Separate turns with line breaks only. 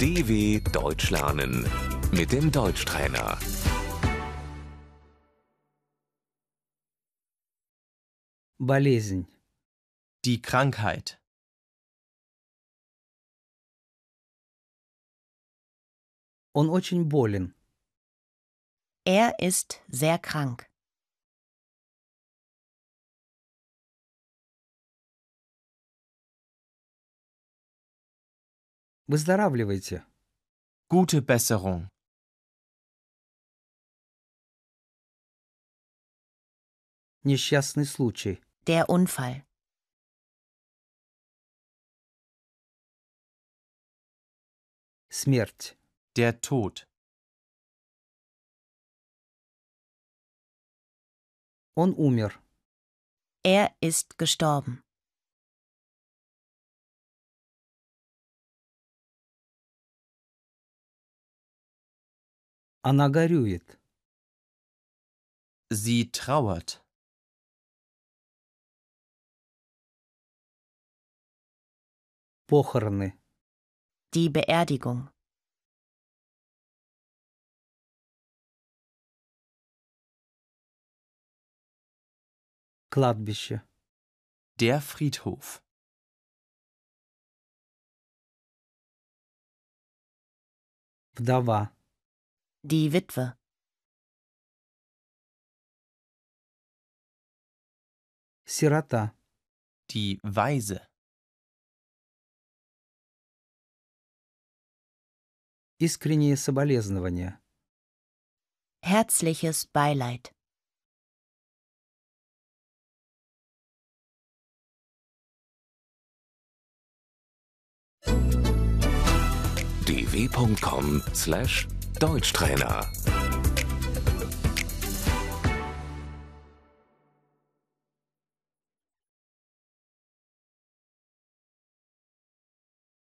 DW Deutsch lernen mit dem Deutschtrainer.
Болезнь.
Die Krankheit.
Он очень болен.
Er ist sehr krank.
Выздоравливайте.
Gute Besserung.
Несчастный случай.
Der Unfall.
Смерть.
Der Tod.
Он умер.
Er ist gestorben.
Она горюет.
Sie trauert.
Похороны.
Die Beerdigung.
Кладбище.
Der Friedhof.
Вдова.
Die Witwe.
Сирота.
Die Weise.
Искренние соболезнования.
Herzliches Beileid.
dw.com/deutschtrainer